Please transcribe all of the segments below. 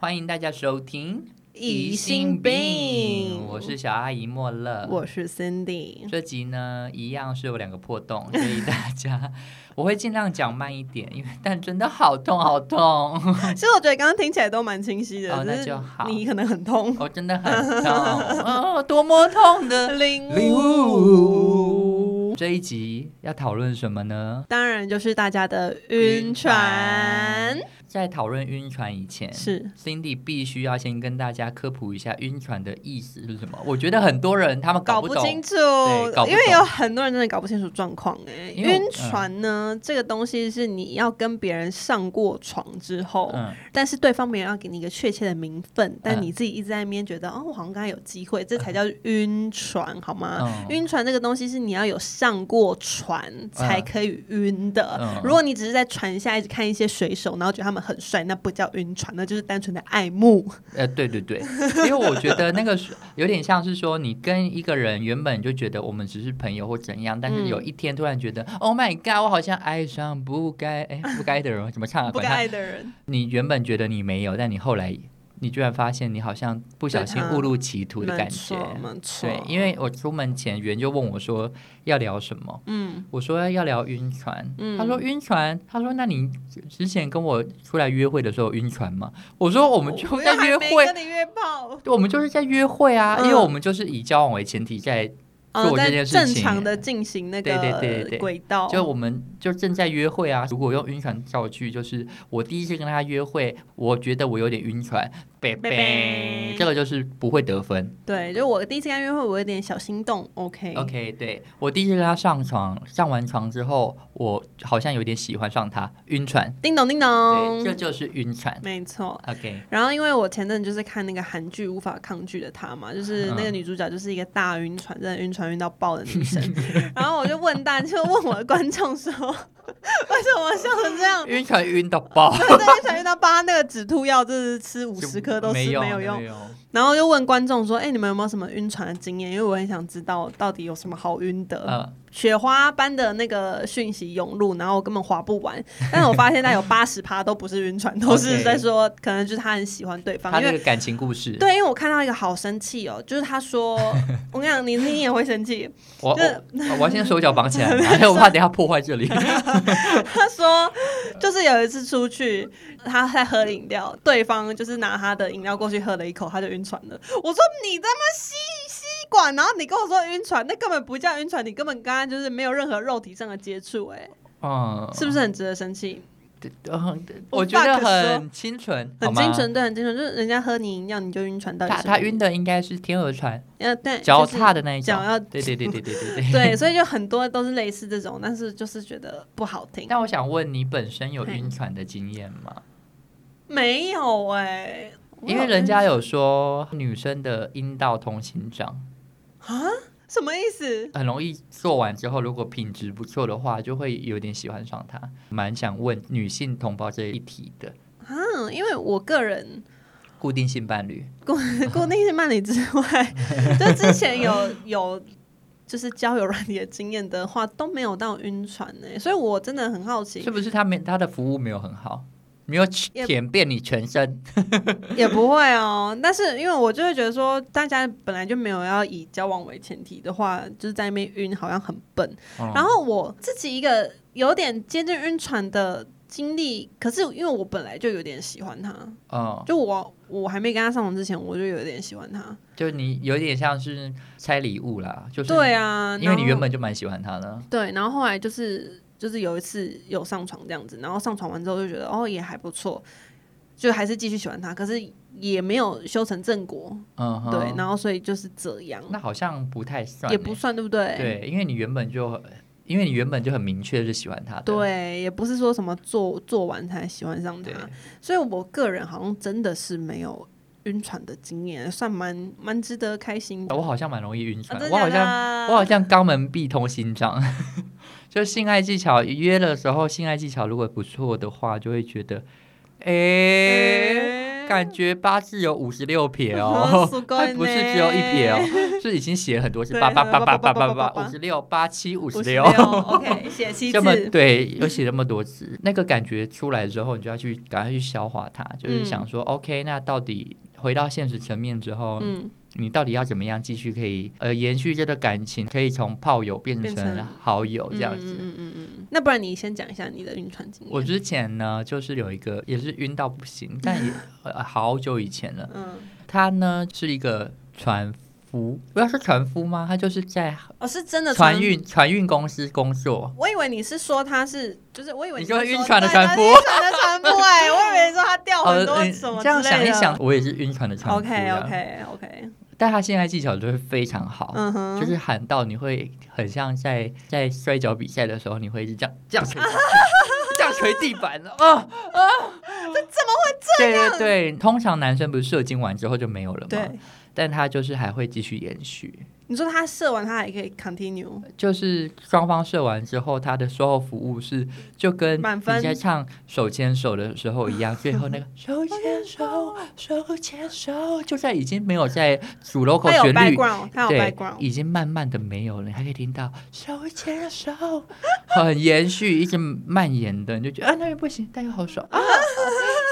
欢迎大家收听《疑心病我是小阿姨莫乐。我是 Cindy，这集呢，一样是有两个破洞， 所以大家我会尽量讲慢一点，因为但真的好痛好痛， 其实我觉得刚刚听起来都蛮清晰的，哦那只就好是你可能很痛。我真的很痛，哦，多么痛的领领悟。这一集要讨论什么呢？当然就是大家的晕船，在讨论晕船以前，是 Cindy 必须要先跟大家科普一下晕船的意思是什么。我觉得很多人他们搞不不懂，清楚对搞不懂，因为有很多人真的搞不清楚状况哎。因为我嗯晕船呢，这个东西是你要跟别人上过床之后，嗯，但是对方没有要给你一个确切的名分，但嗯你自己一直在那边觉得，哦，我好像刚才有机会，这才叫晕船，好吗嗯？晕船这个东西是你要有上过船才可以晕的。嗯如果你只是在船下一直看一些水手，然后觉得他们很帅，那不叫晕船，那就是单纯的爱慕。呃，对对对，因为我觉得那个是有点像是说，你跟一个人原本就觉得我们只是朋友或怎样，但是嗯有一天突然觉得、o h my God，我好像爱上不该哎不该的人，怎么唱 啊？不管该他，爱的人，你原本觉得你没有，但你后来你居然发现你好像不小心对他误入歧途的没感觉。错，没错。对，因为我出门前，袁就问我说要聊什么，嗯，我说要聊晕船，嗯他说晕船，他说那你之前跟我出来约会的时候有晕船吗？我说我们就 在约哦我会又还没，跟你约炮，我们就是在约会啊，嗯因为我们就是以交往为前提在， 做嗯，这在件事情正常的进行那对对对对个轨道，就我们就正在约会啊。如果用晕船造句，就是我第一次跟他约会，我觉得我有点晕船，贝贝贝贝，这个就是不会得分。对，就我第一次跟他约会，我有点小心动。OK， OK，对我第一次跟他上床，上完床之后，我好像有点喜欢上他，晕船，叮咚叮对，咚这，就是晕船。没错。 OK，然后，因为我前阵就是看那个韩剧《无法抗拒的她》嘛，就是那个嗯女主角就是一个大晕船，真的晕船晕到爆的女 生。然后我就问大，就问我的观众说，为什么笑成这 样？晕船晕到 爆。真的晕船晕到八，那个止吐药就是吃五就十颗都吃没没有用用。。然后又问观众说，哎、你们有没有什么晕船的经验？因为我很想知道到底有什么好晕的。呃，雪花般的那个讯息涌入，然后我根本划不完。但是我发现他有八十趴都不是晕船，都 OK 是在说可能就是他很喜欢对方，他因这为。个感情故事，对，因为我看到一个好生气哦，就是他 说，我跟你讲，你你也会生气。我这我我要先手脚绑起来，而 且我怕等一下破坏这里。 他说，就是有一次出去，他在喝饮料，对方就是拿他的饮料过去喝了一口，他就晕船了。我说你他妈吸吸管，然后你跟我说晕船，那根本不叫晕船，你根本刚刚就是没有任何肉体上的接触、哎，嗯， 是不是很值得生气？嗯？我我觉得 fuck 说很清纯，好很吗精纯，对，很精纯，就是人家喝你饮料你就晕船，到底他是他晕，的应该是天鹅船呃，对，脚就是踏的那一种脚。要对对对对对对对。 对，所以就很多都是类似这种，但是就是觉得不好听。 那我想问你，本身有晕船的经验吗？没有哎、因为人嗯家有说女生的阴道通心长什么意思？很容易做完之后，如果品质不错的话，就会有点喜欢上它。蛮想问女性同胞这一题的啊，因为我个 人固定性伴侣。固固定是曼里之 外，就之前有有就是交友软体的经验的话，都没有到晕船呢、所以我真的很好奇是，不是他没他的服务没有很好，没有也舔遍你全身？也不会哦。但是因为我就会觉得说，大家本来就没有要以交往为前提的话，就是在那边晕好像很笨。然后我自己一个有点接近晕船的经历，可是因为我本来就有点喜欢他，嗯，就我我还没跟他上床之前，我就有点喜欢他。就你有点像是拆礼物啦，就是对啊，因为你然后原本就蛮喜欢他的，对，然后后来就是就是有一次有上床这样子，然后上床完之后就觉得哦也还不错，就还是继续喜欢他，可是也没有修成正果，嗯哼，对，然后所以就是这样，那好像不太算欸，也不算对不对？对，因为你原本就因为你原本就很明确是喜欢他的，对啊也不是说什么做做完才喜欢上对他，所以我个人好像真的是没有晕船的经验，算蛮蛮值得开心的。我好像蛮容易晕船，啊真我的好假像的我好像肛门壁通心脏，就性爱技巧约的时候，性爱技巧如果不错的话，就会觉得，哎、哎感觉八字有五十六撇哦 哦す，ごい还不是只有一撇哦，是已经写很多是八八八八八八八五十六八七五十六。 ，OK，写七这么次，对，有写那么多字，那个感觉出来之后，你就要去赶快去消化它，就是嗯想说、o k 那到底回到现实层面之后，嗯，你到底要怎么样继续可以呃延续这个感情，可以从炮友变变成成好友哦这样子？嗯嗯嗯嗯嗯。那不然你先讲一下你的晕船经我验。之前呢，就是有一个也是晕到不行，但也、呃、好久以前了。嗯，他呢是一个船夫，不要说船夫吗？他就是在哦，是真的船。运船运公司工作。我以为你是说他是，就是我以为你是说说晕船的船夫对他是晕船的船夫哎、我以为你说他掉很多嗯什么这样之类想的一想，我也是晕船的船夫 OK 这样 OK OK，但他现在技巧就是非常好，嗯哼，就是喊到你会很像在在摔跤比赛的时候，你会一直这样这样捶，这样捶地板啊啊！这怎么会这样？对对对，通常男生不是射精完之后就没有了吗？对，但他就是还会继续延续，你说他射完他还可以 continue，就是双方射完之后，他的售后服务是就跟满分你在唱手牵手的时候一样，最后那个手牵手，手牵手，就在已经没有在主 local 他有旋律 background，他有对 background，已经慢慢的没有了，你还可以听到手牵手， 很延续，一直蔓延的，你就觉得啊那边不行，但又好爽 啊，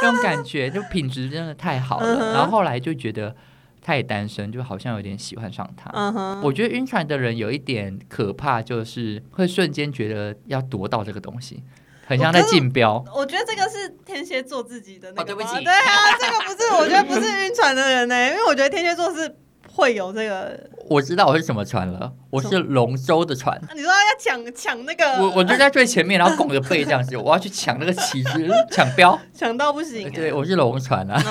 这种感觉就品质真的太好了。嗯哼然后后来就觉得他也单身，就好像有点喜欢上他。嗯哼，我觉得晕船的人有一点可怕，就是会瞬间觉得要夺到这个东西，很像在竞标。我觉得这个是天蝎座自己的那哦对个不吧、起对啊，这个不是，我觉得不是晕船的人呢、欸因为我觉得天蝎座是会有这个，我知道我是什么船嗯了，我是龙舟的船。啊你说要抢抢那个，我我就在最前面，然后拱着背这样子，我要去抢那个旗帜， 抢标。抢到不行、欸哎对，，我是龙船啊，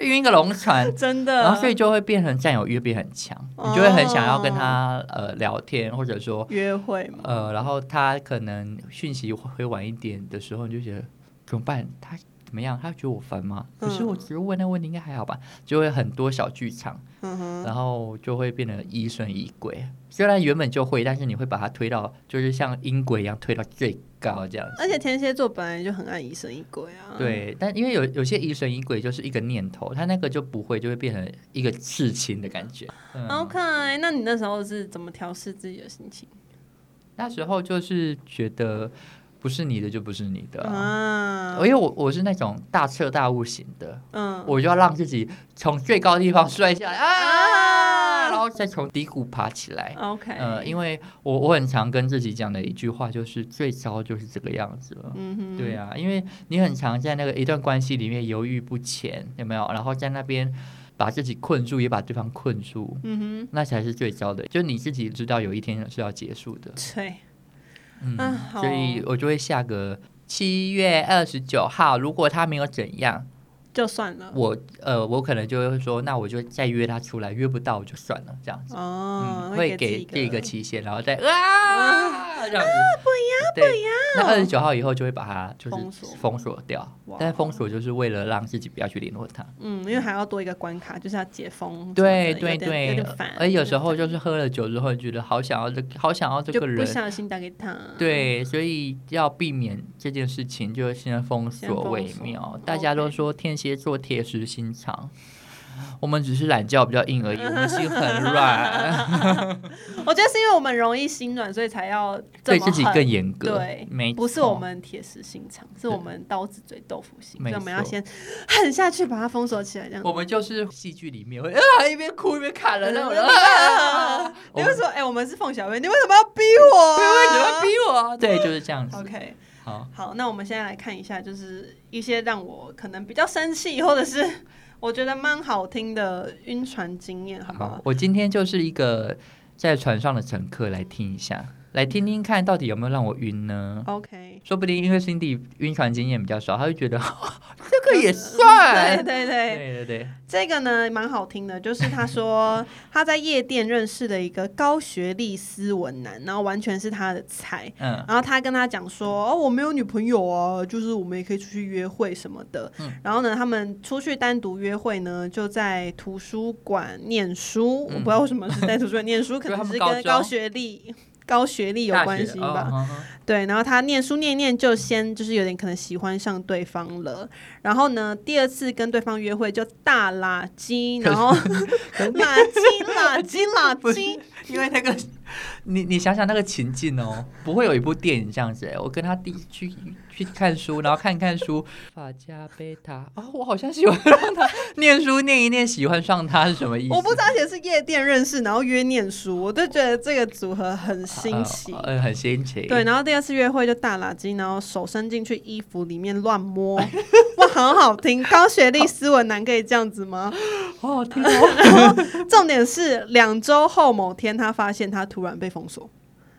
晕一个龙船，真的，啊然后所以就会变成占有欲变很强，你就会很想要跟他呃聊天，或者说约会嘛，呃，然后他可能讯息回晚一点的时候，你就觉得怎么办？他怎么样？他觉得我烦吗？可是我只是问那问题，应该还好吧？就会很多小剧场，嗯哼，然后就会变得疑神疑鬼。虽然原本就会，但是你会把它推到，就是像音轨一样推到最高这样子。而且天蝎座本来就很爱疑神疑鬼啊，，对，但因为有有些疑神疑鬼就是一个念头，他那个就不会，就会变成一个刺青的感觉。嗯 OK，那你那时候是怎么调试自己的心情那时候就是觉得不是你的就不是你的啊、啊因为我我是那种大彻大悟型的，嗯，我就要让自己从最高的地方摔下来啊，啊然后再从低谷爬起来。 OK，呃，因为我我很常跟自己讲的一句话就是最糟就是这个样子了。嗯哼，对啊，因为你很常在那个一段关系里面犹豫不前，有没有？然后在那边把自己困住，也把对方困住，嗯那才是最糟的。就你自己知道有一天是要结束的哼，，对，嗯，啊好所以我就会下个七月二十九号，如果他没有怎样，就算了。我呃，我可能就会说，那我就再约他出来，约不到我就算了，这样子。哦嗯，，会会给这这个期限，然后再啊这样子，不要不要。那二十九号以后就会把它就封是锁封锁掉哇，但封锁就是为了让自己不要去联络他。嗯，因为还要多一个关卡，就是要解封什么的。对对有点有对点烦，。而有时候有就是喝了酒之后，觉得好想要这好想要这点个烦就不人，小心打给他。，对，所以要避免这件事情，就先封先锁封为锁妙。大家都 OK 说天蝎座铁石心肠，我们只是懒觉比较硬而已，我们心很软， 我觉得是因为我们容易心软，所以才要这对么自己狠更严格。对没不是错我们铁石心肠，是我们刀子嘴豆腐心，所没以我们要错先狠下去，把它封锁起来，这样。我们就是戏剧里面会啊一边哭一边砍嗯人，那种人啊，我你为们什么？哎，我们是凤小妹，你为什么要逼我啊？为什么要逼 我？对，就是这样子。 ？OK，好，好，那我们现在来看一下，就是一些让我可能比较生气，或者是 我觉得蛮好听的晕船经验，好不啊好好，？我今天就是一个在船上的乘客，来听一下，来听听看到底有没有让我晕呢？ OK，说不定因为 Cindy 晕船经验比较少，他会觉得 这个也算呃对对。对嗯对，哎对对，这个呢蛮好听的，就是他说他在夜店认识了一个高学历斯文男，然后完全是他的菜。嗯， 然后他跟他讲说，哦，我没有女朋友啊，就是我们也可以出去约会什么的。嗯然后呢，他们出去单独约会呢，就在图书馆念书。嗯我不知道为什么是在图书馆念书，可因为他能们是高跟中高学历。 高学历有关系吧。大学哦嗯嗯对，然后他念书念一念就先就是有点可能喜欢上对方了，然后呢，第二次跟对方约会就大垃圾，然后垃圾垃圾垃不是圾， 因为那个，你你想想那个情境哦，不会有一部电影这样子哎。我跟他第一去去看书，然后看看书，法加贝塔啊，我好像喜欢上他，念书念一念，喜欢上他是什么意思？我不知道，而且是夜店认识，然后约念书，我就觉得这个组合很新奇。呃，呃很新奇。对，，然后第二次约会就大垃圾，然后手伸进去衣服里面乱摸，哇，好好听！高学历斯文男可以这样子吗？ 哦，听说，重点是两周后某天，他发现他突然被封锁，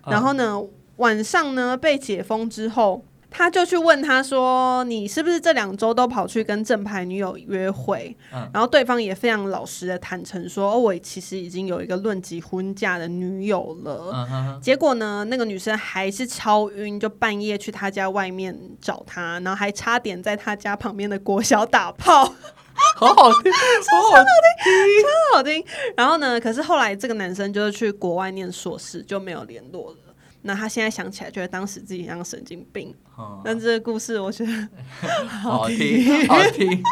嗯然后呢，晚上呢被解封之后，他就去问他说：“你是不是这两周都跑去跟正牌女友约会？”嗯然后对方也非常老实的坦诚说：“哦，我其实已经有一个论及婚嫁的女友了。嗯哼，结果呢，那个女生还是超晕，就半夜去他家外面找他，然后还差点在他家旁边的国小打炮。好好 听，好好很好听。然后呢，可是后来这个男生就是去国外念硕士，就没有联络了。那他现在想起来，觉得当时自己像神经病。好但这个故事，我觉得好听，好听，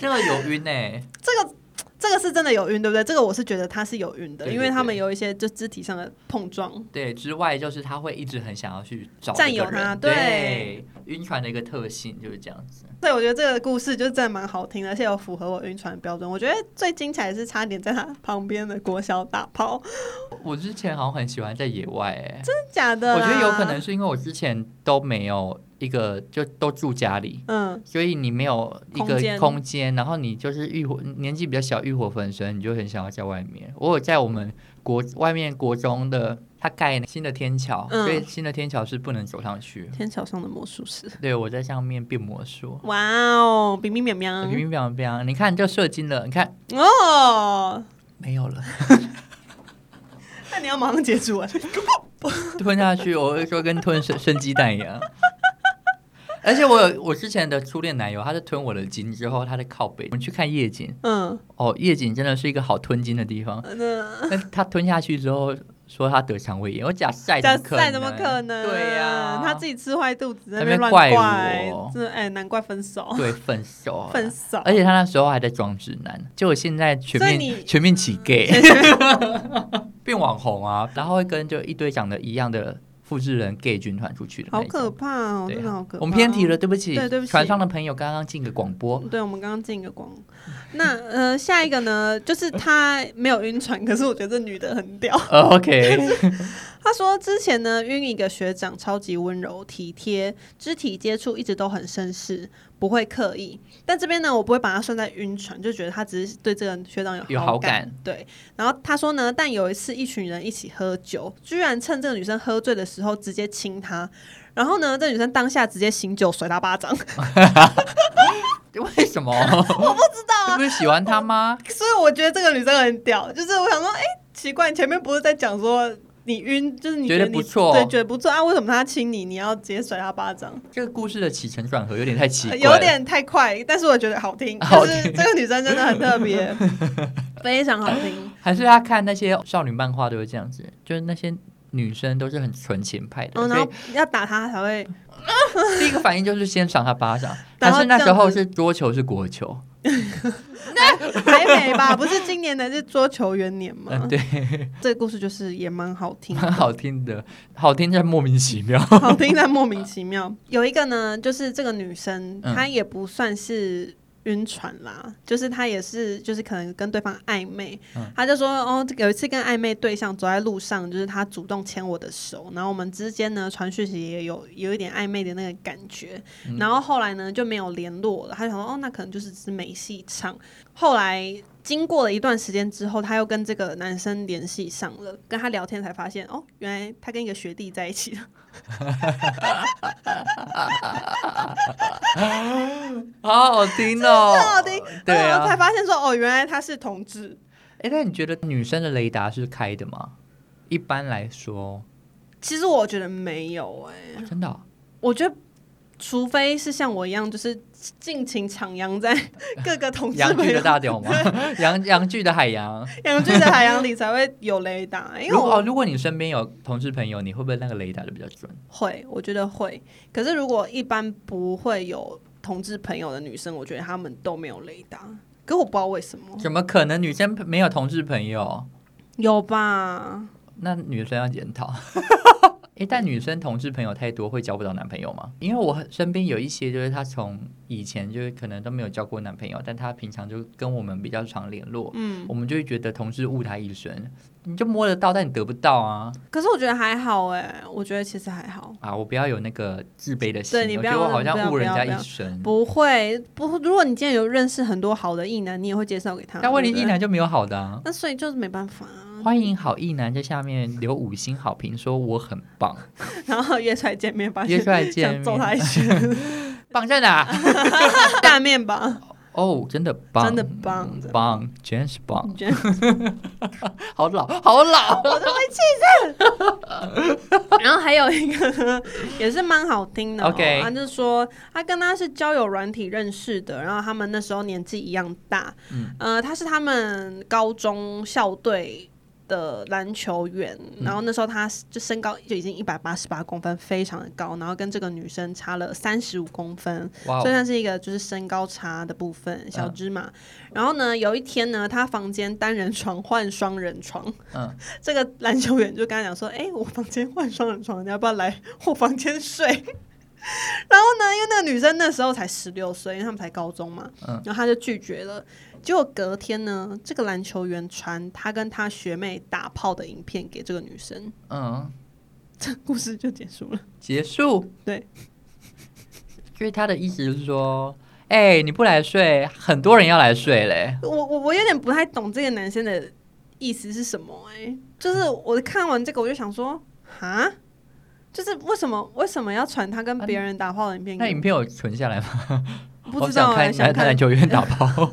这个有晕哎，这个这个是真的有晕，对不对？这个我是觉得他是有晕的，对对因为他们对有一些就肢体上的碰撞。对，之外就是他会一直很想要去找占这个有他人对对，晕船的一个特性就是这样子。所以我觉得这个故事就真的蛮好听的，而且有符合我晕船的标准。我觉得最精彩的是差点在他旁边的国小打炮， 我之前好像很喜欢在野外、欸，真的假的？啊我觉得有可能。是因为我之前都没有一个，就都住家里，嗯，所以你没有一空个间空间，然后你就是欲火，年纪比较小，欲火焚身，你就很想要在外面。我有在我们国外面国中的，他盖新的天桥，嗯所以新的天桥是不能走上去。天桥上的魔术师，对，我在上面变魔术。哇哦，冰冰喵喵平平平平，你看就射精了，你看哦，没有了，那你要马上啊截止我。吞下去，我会说跟吞生生鸡蛋一样。而且我有我之前的初恋男友，他是吞我的筋之后，他的靠背，我们去看夜景， 嗯，哦，夜景真的是一个好吞金的地方。那但他吞下去之后，说他得肠胃炎，我假晒加怎么可赛能？怎么可能？对啊呀、他自己吃坏肚子，在那边边乱怪我真的哎，难怪分手，对分手、啊，分手。而且他那时候还在装直男，结果现在全所以你面全面起 gay，变网红啊，然后会跟就一堆长得一样的复制人 gay 军团出去的那好一种，可怕哦，对啊真的好可怕。我们偏题了，。对不起，对对不起船上的朋友刚刚进个广播，对，我们刚刚进一个光。那呃，下一个呢，就是他没有晕船，可是我觉得这女的很屌。呃，OK， 他说之前呢晕一个学长超级温柔体贴，肢体接触一直都很绅士，不会刻意。但这边呢，我不会把他算在晕船，就觉得他只是对这个学长有有好好感对，然后他说呢，但有一次一群人一起喝酒，居然趁这个女生喝醉的时候直接亲她。然后呢，这女生当下直接醒酒甩他巴掌， 为什 么？我不知道、啊，不是喜欢他吗？所以我觉得这个女生很屌。就是我想说，哎，奇怪，前面不是在讲说你晕，就是你觉得你不错对，觉得不错啊，为什么他亲你，你要直接甩他巴掌？这个故事的起承转合有点太奇怪了，呃有点太快，但是我觉得好听， 好就听是这个女生真的很特 别，非常好听。还是他看那些少女漫画都会这样子，就是那些女生都是很纯情派的，嗯，然所后要打她才会， 以第一个反应就是先赏他巴掌。然但后是那这样时候子是桌球是国球，还美吧？不是今年的是桌球元年吗？嗯，对，这个故事就是也蛮好听，蛮好听的，好听但莫名其妙。 好听但莫名其妙。 有一个呢，就是这个女生，嗯她也不算是。晕船啦，就是她也是，就是可能跟对方暧昧，嗯她就说哦，有一次跟暧昧对象走在路上，就是她主动牵我的手，然后我们之间呢传讯息也有有一点暧昧的那个感觉，嗯然后后来呢就没有联络了，她想说哦，那可能就是只是没戏唱。后来经过了一段时间之后，她又跟这个男生联系上了，跟他聊天才发现哦，原来他跟一个学弟在一起了。好好听哦，好听，对然后才啊，发现说哦，原来他是同志。哎，那你觉得女生的雷达是开的吗？一般来说，其实我觉得没有哎、 真的哦我觉得除非是像我一样，就是尽情徜 徉在各个统治洋委剧的员大屌 吗？洋洋剧的海洋。洋剧的海洋里才会有啊雷达， 因为如果我哦，如果你身边有同事朋友，你会不会那个雷达就比较准？会，我觉得会。可是如果一般不会有同志朋友的女生，我觉得她们都没有雷达。可我不知道为什么，怎么可能女生没有同事朋友？有吧？那女生要检 讨。哎、但女生同志朋友太多，会交不到男朋友吗？因为我身边有一些，就是她从以前就是可能都没有交过男朋友，但她平常就跟我们比较常联络，嗯，我们就会觉得同志误她一生，你就摸得到，但你得不到啊可是我觉得还好哎、我觉得其实还好，啊！我不要有那个自卑的心，对你我不觉要得我好不像要误人不家要不要一生。不会不。如果你今天有认识很多好的异男，你也会介绍给他。但问题啊对不对一，男就没有好的、啊。那所以就是没办法、啊。 欢迎好意男在下面留五星好评，说我很棒，然后约出来见面，发约现出来见面想揍他 一拳，棒在哪？ 下面吧，哦，真的棒，真的棒真的棒，真是棒你，觉得？好老，好老。我都会气死。 然后还有一个也是蛮好听的、哦 OK 他就说他跟他是交友软体认识的，然后他们那时候年纪一样大，嗯呃，他是他们高中校队。的篮球员，嗯然后那时候他就身高就已经一百八十八公分，非常的高，然后跟这个女生差了三十五公分， 哇所哦，嗯以它是一个就是身高差的部分，小芝麻。然后呢，有一天呢，他房间单人床换双人床，嗯， 这个篮球员就跟他讲说：“哎、我房间换双人床，你要不要来我房间睡？” 然后呢，因为那个女生那时候才十六岁，因为他们才高中嘛，嗯然后他就拒绝了。结果隔天呢，这个篮球员传他跟他学妹打炮的影片给这个女生，嗯，这故事就结束了。结束。 对，所以他的意思就是说，哎、你不来睡，很多人要来睡嘞。我我我有点不太懂这个男生的意思是什么哎、就是我看完这个我就想说，哈，就是为什么为什么要传他跟别人打炮的影片给那我？影片有存下来吗？嗯不我知道想哎、看想男看篮，球员打 炮。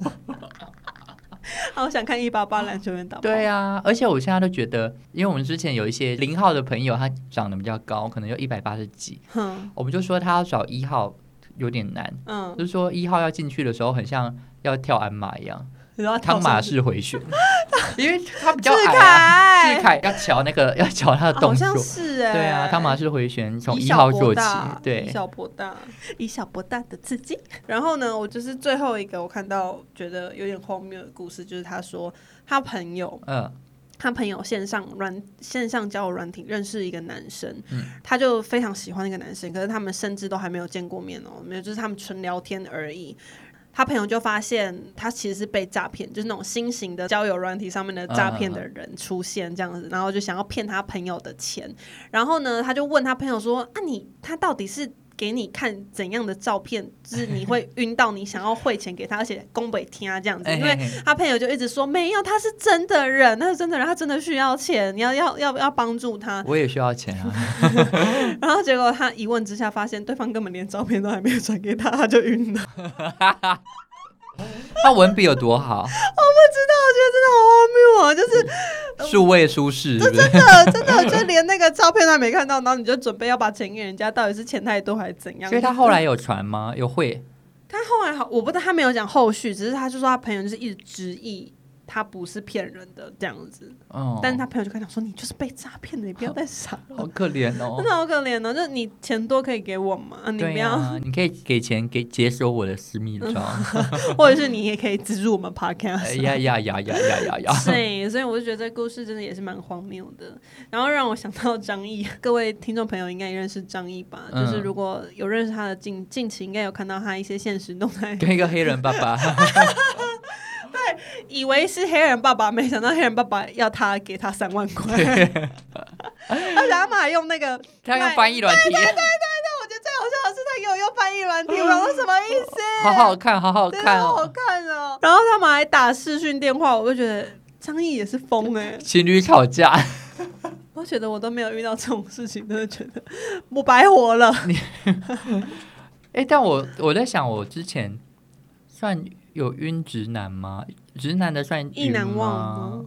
好想看一八八篮球员打炮。对啊，而且我现在都觉得，因为我们之前有一些零号的朋友，他长得比较高，可能就一百八十几，哼，我们就说他要找一号有点难，嗯，就是说一号要进去的时候，很像要跳鞍马一样，然后汤马是式回 旋，因为他比较志矮啊。凯，啊志凯要瞧那个要瞧他的动作好像，是哎、对啊，汤马。式回旋从以一小号博做起大，，以对，小博大，以小博大的刺激。然后呢，我就是最后一个我看到觉得有点荒谬的故事，就是他说他朋友嗯他朋友线上软线上交友软体认识一个男生，嗯他就非常喜欢那个男生，可是他们甚至都还没有见过面哦，没有，就是他们纯聊天而已。他朋友就发现他其实是被诈骗，就是那种新型的交友软体上面的诈骗的人出现这样子，然后就想要骗他朋友的钱。然后呢，他就问他朋友说：“啊你，他到底是给你看怎样的照片，就是你 会晕到你想要汇钱给他，而且宫北听啊这样子？”哎因嘿为嘿他朋友就一直说没有，他是真的人，他是真的人，他真的需要钱，你要要要要帮助他。我也需要钱啊，然后结果他一问之下，发现对方根本连照片都还没有传给他，他就 晕了。我他文笔有多 好，不知道，我觉得真的数位舒适，是不是？好荒谬啊！就是真的真的，就连那个照片都还没看到，然后你就准备要把钱给人家，到底是钱太多还是怎样？嗯所以他后来有传吗？有会他后来好，我不知道他没有讲后续，只是他就说他朋友就是一直执意。他不是骗人的这样子，哦，但是他朋友就跟他讲说：“你就是被诈骗的，你不要再傻了。”好可怜真哦。的好可怜哦！就是你钱多可以给我嘛，你不对要，啊，你可以给钱给解锁我的私密 照，或者是你也可以资助我们啊哎 podcast。呀呀呀呀呀呀呀！对，所以我就觉得这故事真的也是蛮荒谬的，然后让我想到张译， 各位听众朋友应该也认识张译吧？嗯就是如果有认识他的近近期，应该有看到他一些现实动 态，跟一个黑人爸 爸，以为是黑人爸爸，没想到黑人爸爸要他给他三万 块，而且他们还用那个 他用翻译软体，我觉得最好笑的是他给我用翻 译软体，我想说什么意思？好好看，好好真看的啊好哦。看哦。然后他们还打视讯电话，我就觉得张译也是疯哎、情侣吵架， 我觉得我都没有遇到这种事情，真的觉得我白活了。哎、但我我在想，我之前算有晕直男吗？直男的算意晕难忘哦吗？吗？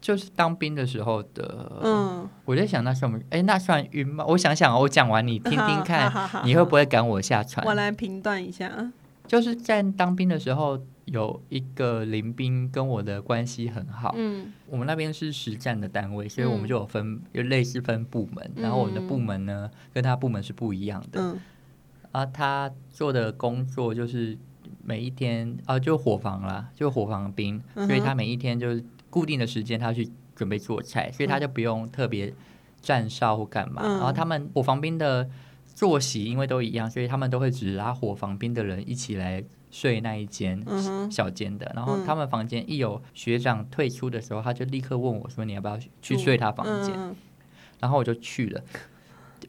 就是当兵的时候的，嗯，我在想那算不？哎、那算晕吗？我想想哦，我讲完你听听看，好，好你会不？会赶我下船好？我来评断一下，就是在当兵的时候，有一个林兵跟我的关系很好。嗯我们那边是实战的单位，所以我们嗯就有分，有类似分部门。然后我们的部门呢，跟他部门是不一样的。嗯啊，他做的工作就是每一天啊，就伙房啦，就伙房兵，嗯哼所以他每一天就是固定的时间，他去准备做菜，所以他就不用特别站哨或干嘛。嗯然后他们伙房兵的作息因为都一样，所以他们都会只拉伙房兵的人一起来睡那一间。嗯哼，小间的，然后嗯他们房间一有学长退出的时候，他就立刻问我说：“你要不要去睡他房间？”嗯然后我就去了。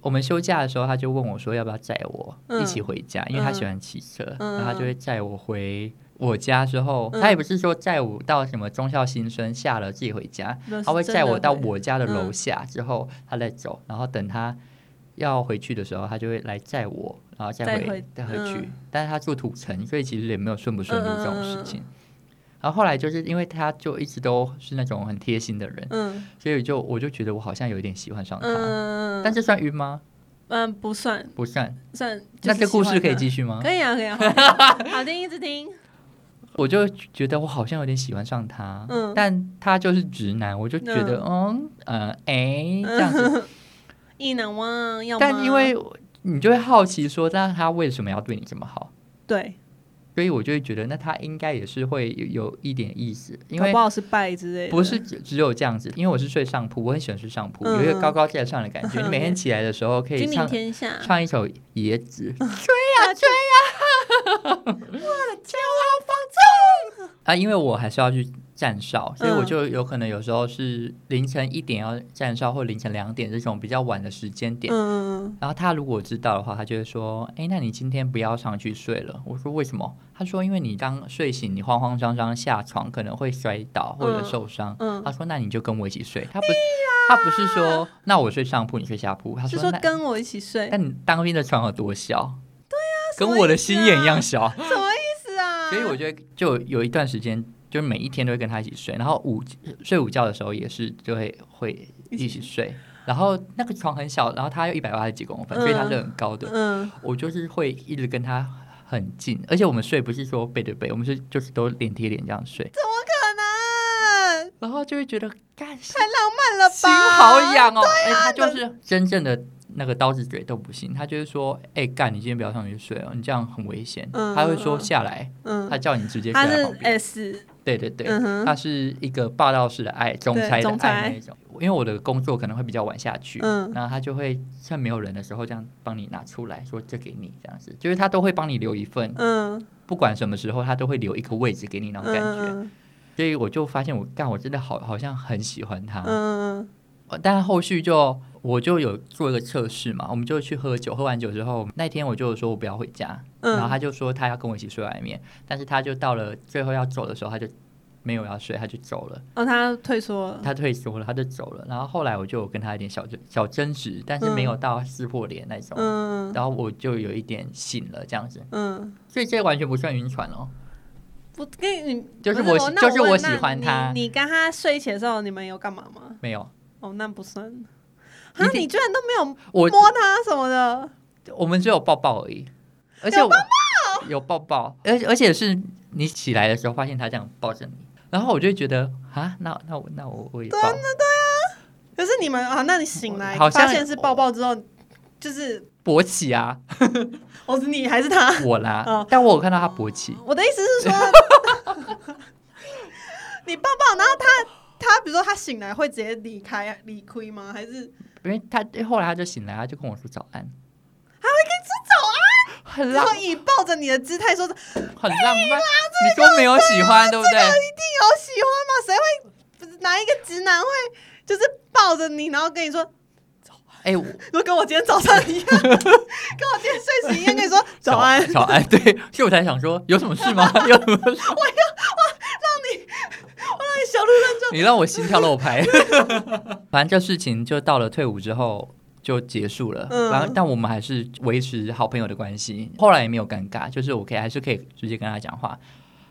我们休假的时候，他就问我说要不要载我、嗯一起回家，因为他喜欢骑车，嗯然后他就会载我回我家。之后、嗯他也不是说载我到什么中校新生下了自己回家，嗯他会载我到，那是真的嗯我家的楼下，之后他再走，然后等他要回去的时候，他就会来载我，然后再再回回再回去。嗯但是他住土城，所以其实也没有顺不顺路这种嗯嗯嗯事嗯情。然后后来就是因为他就一直都是那种很贴心的人，嗯所以就我就觉得我好像有一点喜欢上他。嗯，但这算晕吗？嗯不算不算。算，那这故事可以继继续吗？可以啊，可以啊，好 好听一直听，我就觉得我好像有点喜欢上他，嗯但他就是直男，我就觉得嗯呃哎、这 样子。意难忘，要吗但因为你就会好奇说，那他为什么要对你这么好？对，所以我就会觉得，那他应该也是会有有一点意思，因搞为不好是拜之类的，不是只只有这样子。因为我是睡上铺，我很喜欢睡上铺，嗯有一个高高在上的感觉。嗯你每天起来的时候可以君临唱天嗯啊下，唱一首《野子》， 骄傲放纵，啊，因为我还是要去站哨，所以我嗯就有可能有时候是凌晨一点要站哨，或凌晨两点这种比较晚的时间点。嗯然后他如果知道的话，他就会说：“哎，那你今天不要上去睡了。”我说：“为什么？”他说：“因为你刚睡醒，你慌慌张张下床，可能会摔倒或者嗯受伤。嗯他，说：“那你就跟我一起睡。”他不，他不是说“那我睡上铺，你睡下铺”。他是说：“说那跟我一起睡，那你当兵的床有多小？”对什呀、么跟我的意思心眼一啊样小。什么意思啊？所以我觉得就有一段时间，就每一天都会跟他一起睡，然后午睡午觉的时候也是就会会一起睡。然后那个床很小，然后他有一百八十几公分，所以他是很高的。嗯我就是会一直跟他很近，而且我们睡不是说背对背，我们是就是都脸贴脸这样睡，怎么可能？然后就会觉得干心太浪漫了吧！好痒哦。哎、他啊就是真正的那个刀子嘴豆不行，他就是说，哎、干你今天不要上去睡哦，你这样很危险。嗯他会说嗯下来，嗯他，叫你直接睡他在是旁边。 S，对对对，嗯哼它是一个霸道式的爱，中对差的中爱差那一种。因为我的工作可能会比较晚下去，嗯然后他就会趁没有人的时候这样帮你拿出来说这给你这样子，就是他都会帮你留一份，嗯不管什么时候他都会留一个位置给你那嗯种感觉。嗯所以我就发现我干，我真的好好像很喜欢他，嗯呃但后续就。我就有做一个测试嘛，我们就去喝酒，喝完酒之后，那天我就说我不要回家，嗯，然后他就说他要跟我一起睡外面，但是他就到了最后要走的时候，他就没有要睡，他就走了，哦，他退缩了，他退缩了，他就走了。然后后来我就有跟他一点小争小争执，但是没有到撕破脸那种。嗯然后我就有一点醒了，这样子，嗯，所以这完全不算晕船哦。我跟你就是不哦我那就是我问喜那欢你他你跟他睡一起的时候，你们有干嘛吗？没有，哦，那不算。啊，定你居然都没有摸我他什么的，我们只有抱抱而已，而且我有抱抱，而且而且是你起来的时候发现他这样抱着你，然后我就觉得啊，那那我那我我也抱，可是你们啊，那你醒来好像发现是抱抱之后，就是勃起啊，哦，是你还是他？我啦 哦，但我有看到他勃起，我的意思是说， 你抱抱，然后他他比如说他醒来会直接离开离开吗？还是因为他后来他就醒来，他就跟我说早安，他会跟你说早然安，后以抱着你的姿态说有很浪很浪漫。你说没有喜欢，对不对？喜欢吗？谁会哪一个直男会就是抱着你，然后跟你说，哎，我如果跟我今天早上一 样，跟我今天睡醒一样，跟你说 早安，早安，对，所以我才想说有什么事吗？ 有什么事？哎小鹿乱 撞，你让我心跳漏 拍。反正这事情就到了退伍之后。就结束了，嗯然后但我们还是维持好朋友的关系，后来也没有尴尬，就是我可以还是可以直接跟他讲话。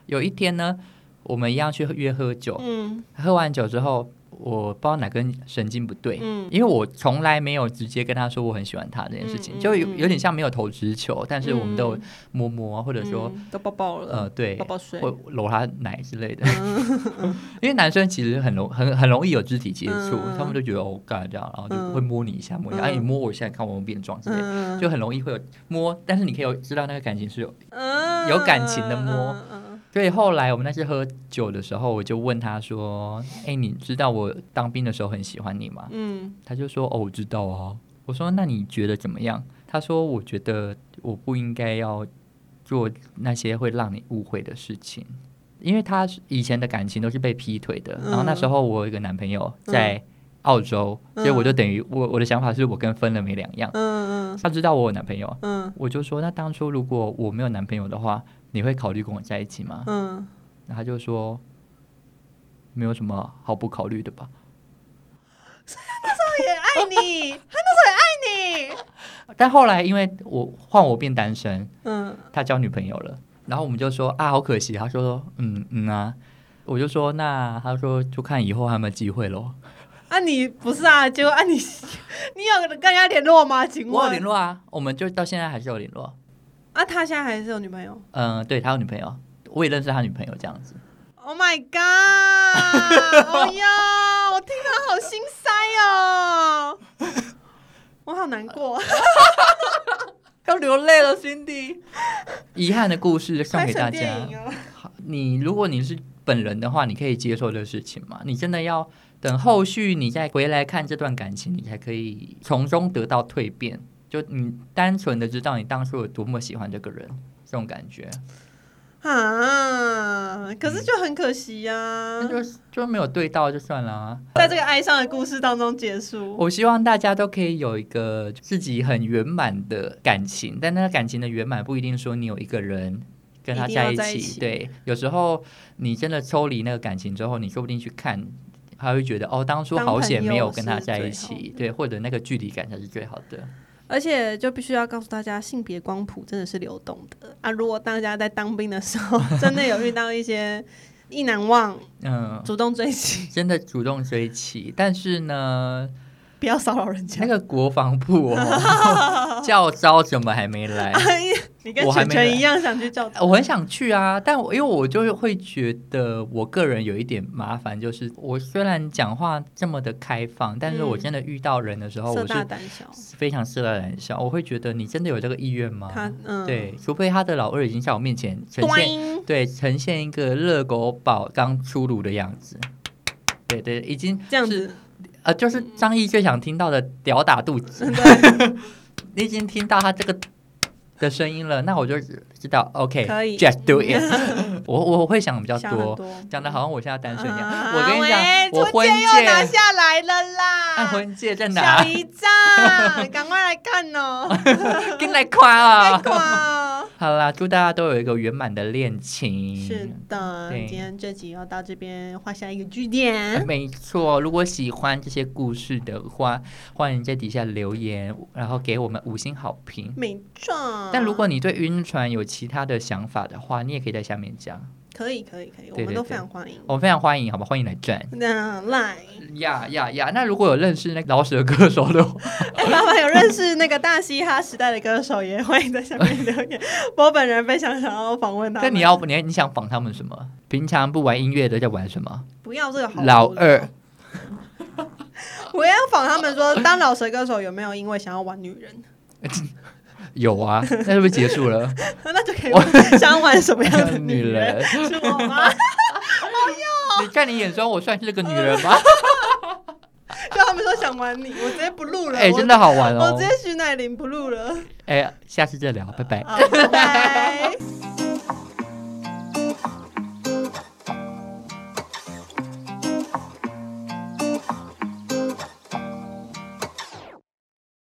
有一天呢，我们一样去约喝酒，嗯喝完酒之后，我不知道哪根神经不对，嗯因为我从来没有直接跟他说我很喜欢他这件事情，嗯嗯就有嗯有点像没有投直球，但是我们都有摸摸啊或者说、嗯都抱抱了，呃对抱抱睡，或搂他奶之类的，因为男生其实很容很很容易有肢体接触，嗯他们就觉得哦干这样，然后嗯就会摸你一下摸一下，嗯哎、你摸我一下，看我有没有变壮之类的。嗯就很容易会有摸，但是你可以有知道那个感情是有。嗯有感情的摸嗯嗯嗯所以后来我们那次喝酒的时候，我就问他说：“哎、你知道我当兵的时候很喜欢你吗？”嗯，他就说：“哦，我知道啊。”我说：“那你觉得怎么样？”他说：“我觉得我不应该要做那些会让你误会的事情，因为他以前的感情都是被劈腿的。嗯然后那时候我有一个男朋友在澳洲，所以我就等于我我的想法是我跟分了没两样。嗯嗯嗯他知道我有男朋友，嗯我就说：那当初如果我没有男朋友的话，你会考虑跟我在一起吗？嗯，然后他就说：没有什么好不考虑的吧。”他也爱 你，他那时候也爱你，但后来因为我换我变单身，嗯他交女朋友了，然后我们就说啊，好可惜。他说嗯嗯啊，我就说那他说就看以后还有没有机会咯。啊你不是啊，结果啊你 你有跟人家联络吗？请我有联问络啊，我们就到现在还是有联络。啊他现在还是有女朋友嗯，对他有女朋友，我也认识他女朋友这样子。 ？Oh my god！哎呀，我听到好心塞 哦，我好难过，呃要流泪了，Cindy。遗憾的故事送拍给成大家电。影哦。 好你如果你是本人的话，你可以接受的事情嘛？你真的要等后续你再回来看这段感情，你才可以从中得到蜕变。就你单纯的知道你当初有多么喜欢这个人，这种感觉，啊！可是就很可惜呀、那嗯就就没有对到就算了啊。在这个哀伤的故事当中结束。我希望大家都可以有一个自己很圆满的感情，但那个感情的圆满不一定说你有一个人跟他在一定要一起。在一起对，有时候你真的抽离那个感情之后，你说不定去看，还会觉得哦，当初好险没有跟他在一当朋友起，对，或者那个距离感才是最好的。而且就必须要告诉大家，性别光谱真的是流动的啊！如果大家在当兵的时候 真的有遇到一些意难忘、嗯，主动追击， 真的主动追起，但是呢，不要骚扰人家那。 个国防部哦， 教招怎么还没来？啊你跟我还全没全来一样想去教我 很想去啊，但我因为我就会觉得我个人有一点麻烦，就是我虽然讲话这么的开放，但是我嗯真的遇到人的时候，哦色我大是胆小，非常色大胆小，我会觉得你真的有这个意愿吗？他嗯，啊对，除非他的老二已经在我面前呈现，端对，呈现一个热狗堡刚出炉的样子。对对，已经这样是子，呃，就是嗯张毅最想听到的屌打肚子。 你已经听到他这个的声音了，那我就知道可以，OK，just、do it 我。我会想比较想很多，多。讲的好像我现在单身一样。啊我跟你喂讲，我春婚节又拿戒，下来了啦！按婚戒在小哪？ 姨丈，赶快来看哦！跟来夸 啊！哇，好啦，祝大家都有一个圆满的恋情。是的，嗯对今天这集要到这边画下一个句呃 点。没错，如果喜欢这些故事的话，欢迎在底下留言，然后给我们五星好评。没错，但如果你对晕船有其他的想法的话，你也可以在下面讲，可以，可以，可以，我对们都对非常欢迎。我们非常欢迎，好吧？欢迎来转。那 Line，呀呀呀！那如果有认识那个老舍歌手的话， 哎，麻烦有认识那个大嘻哈时代的歌手，也欢迎在下面留言。我本人非常想要访问他们。那你要你你想仿他们什么？平常不玩音乐的在玩什么？不要这个好无老聊二，我要访他们说，当老舌歌手有没有因为想要玩女人， 有啊，那是不是结束了？那就可以问想要玩什么样的女人？人，是我吗？ 你在你眼中我算是个女人吗？就他们说想玩你，我直接不录了。哎， 我真的好玩我哦 直！接徐乃麟不录了。哎，下次再聊，拜拜。好，拜拜。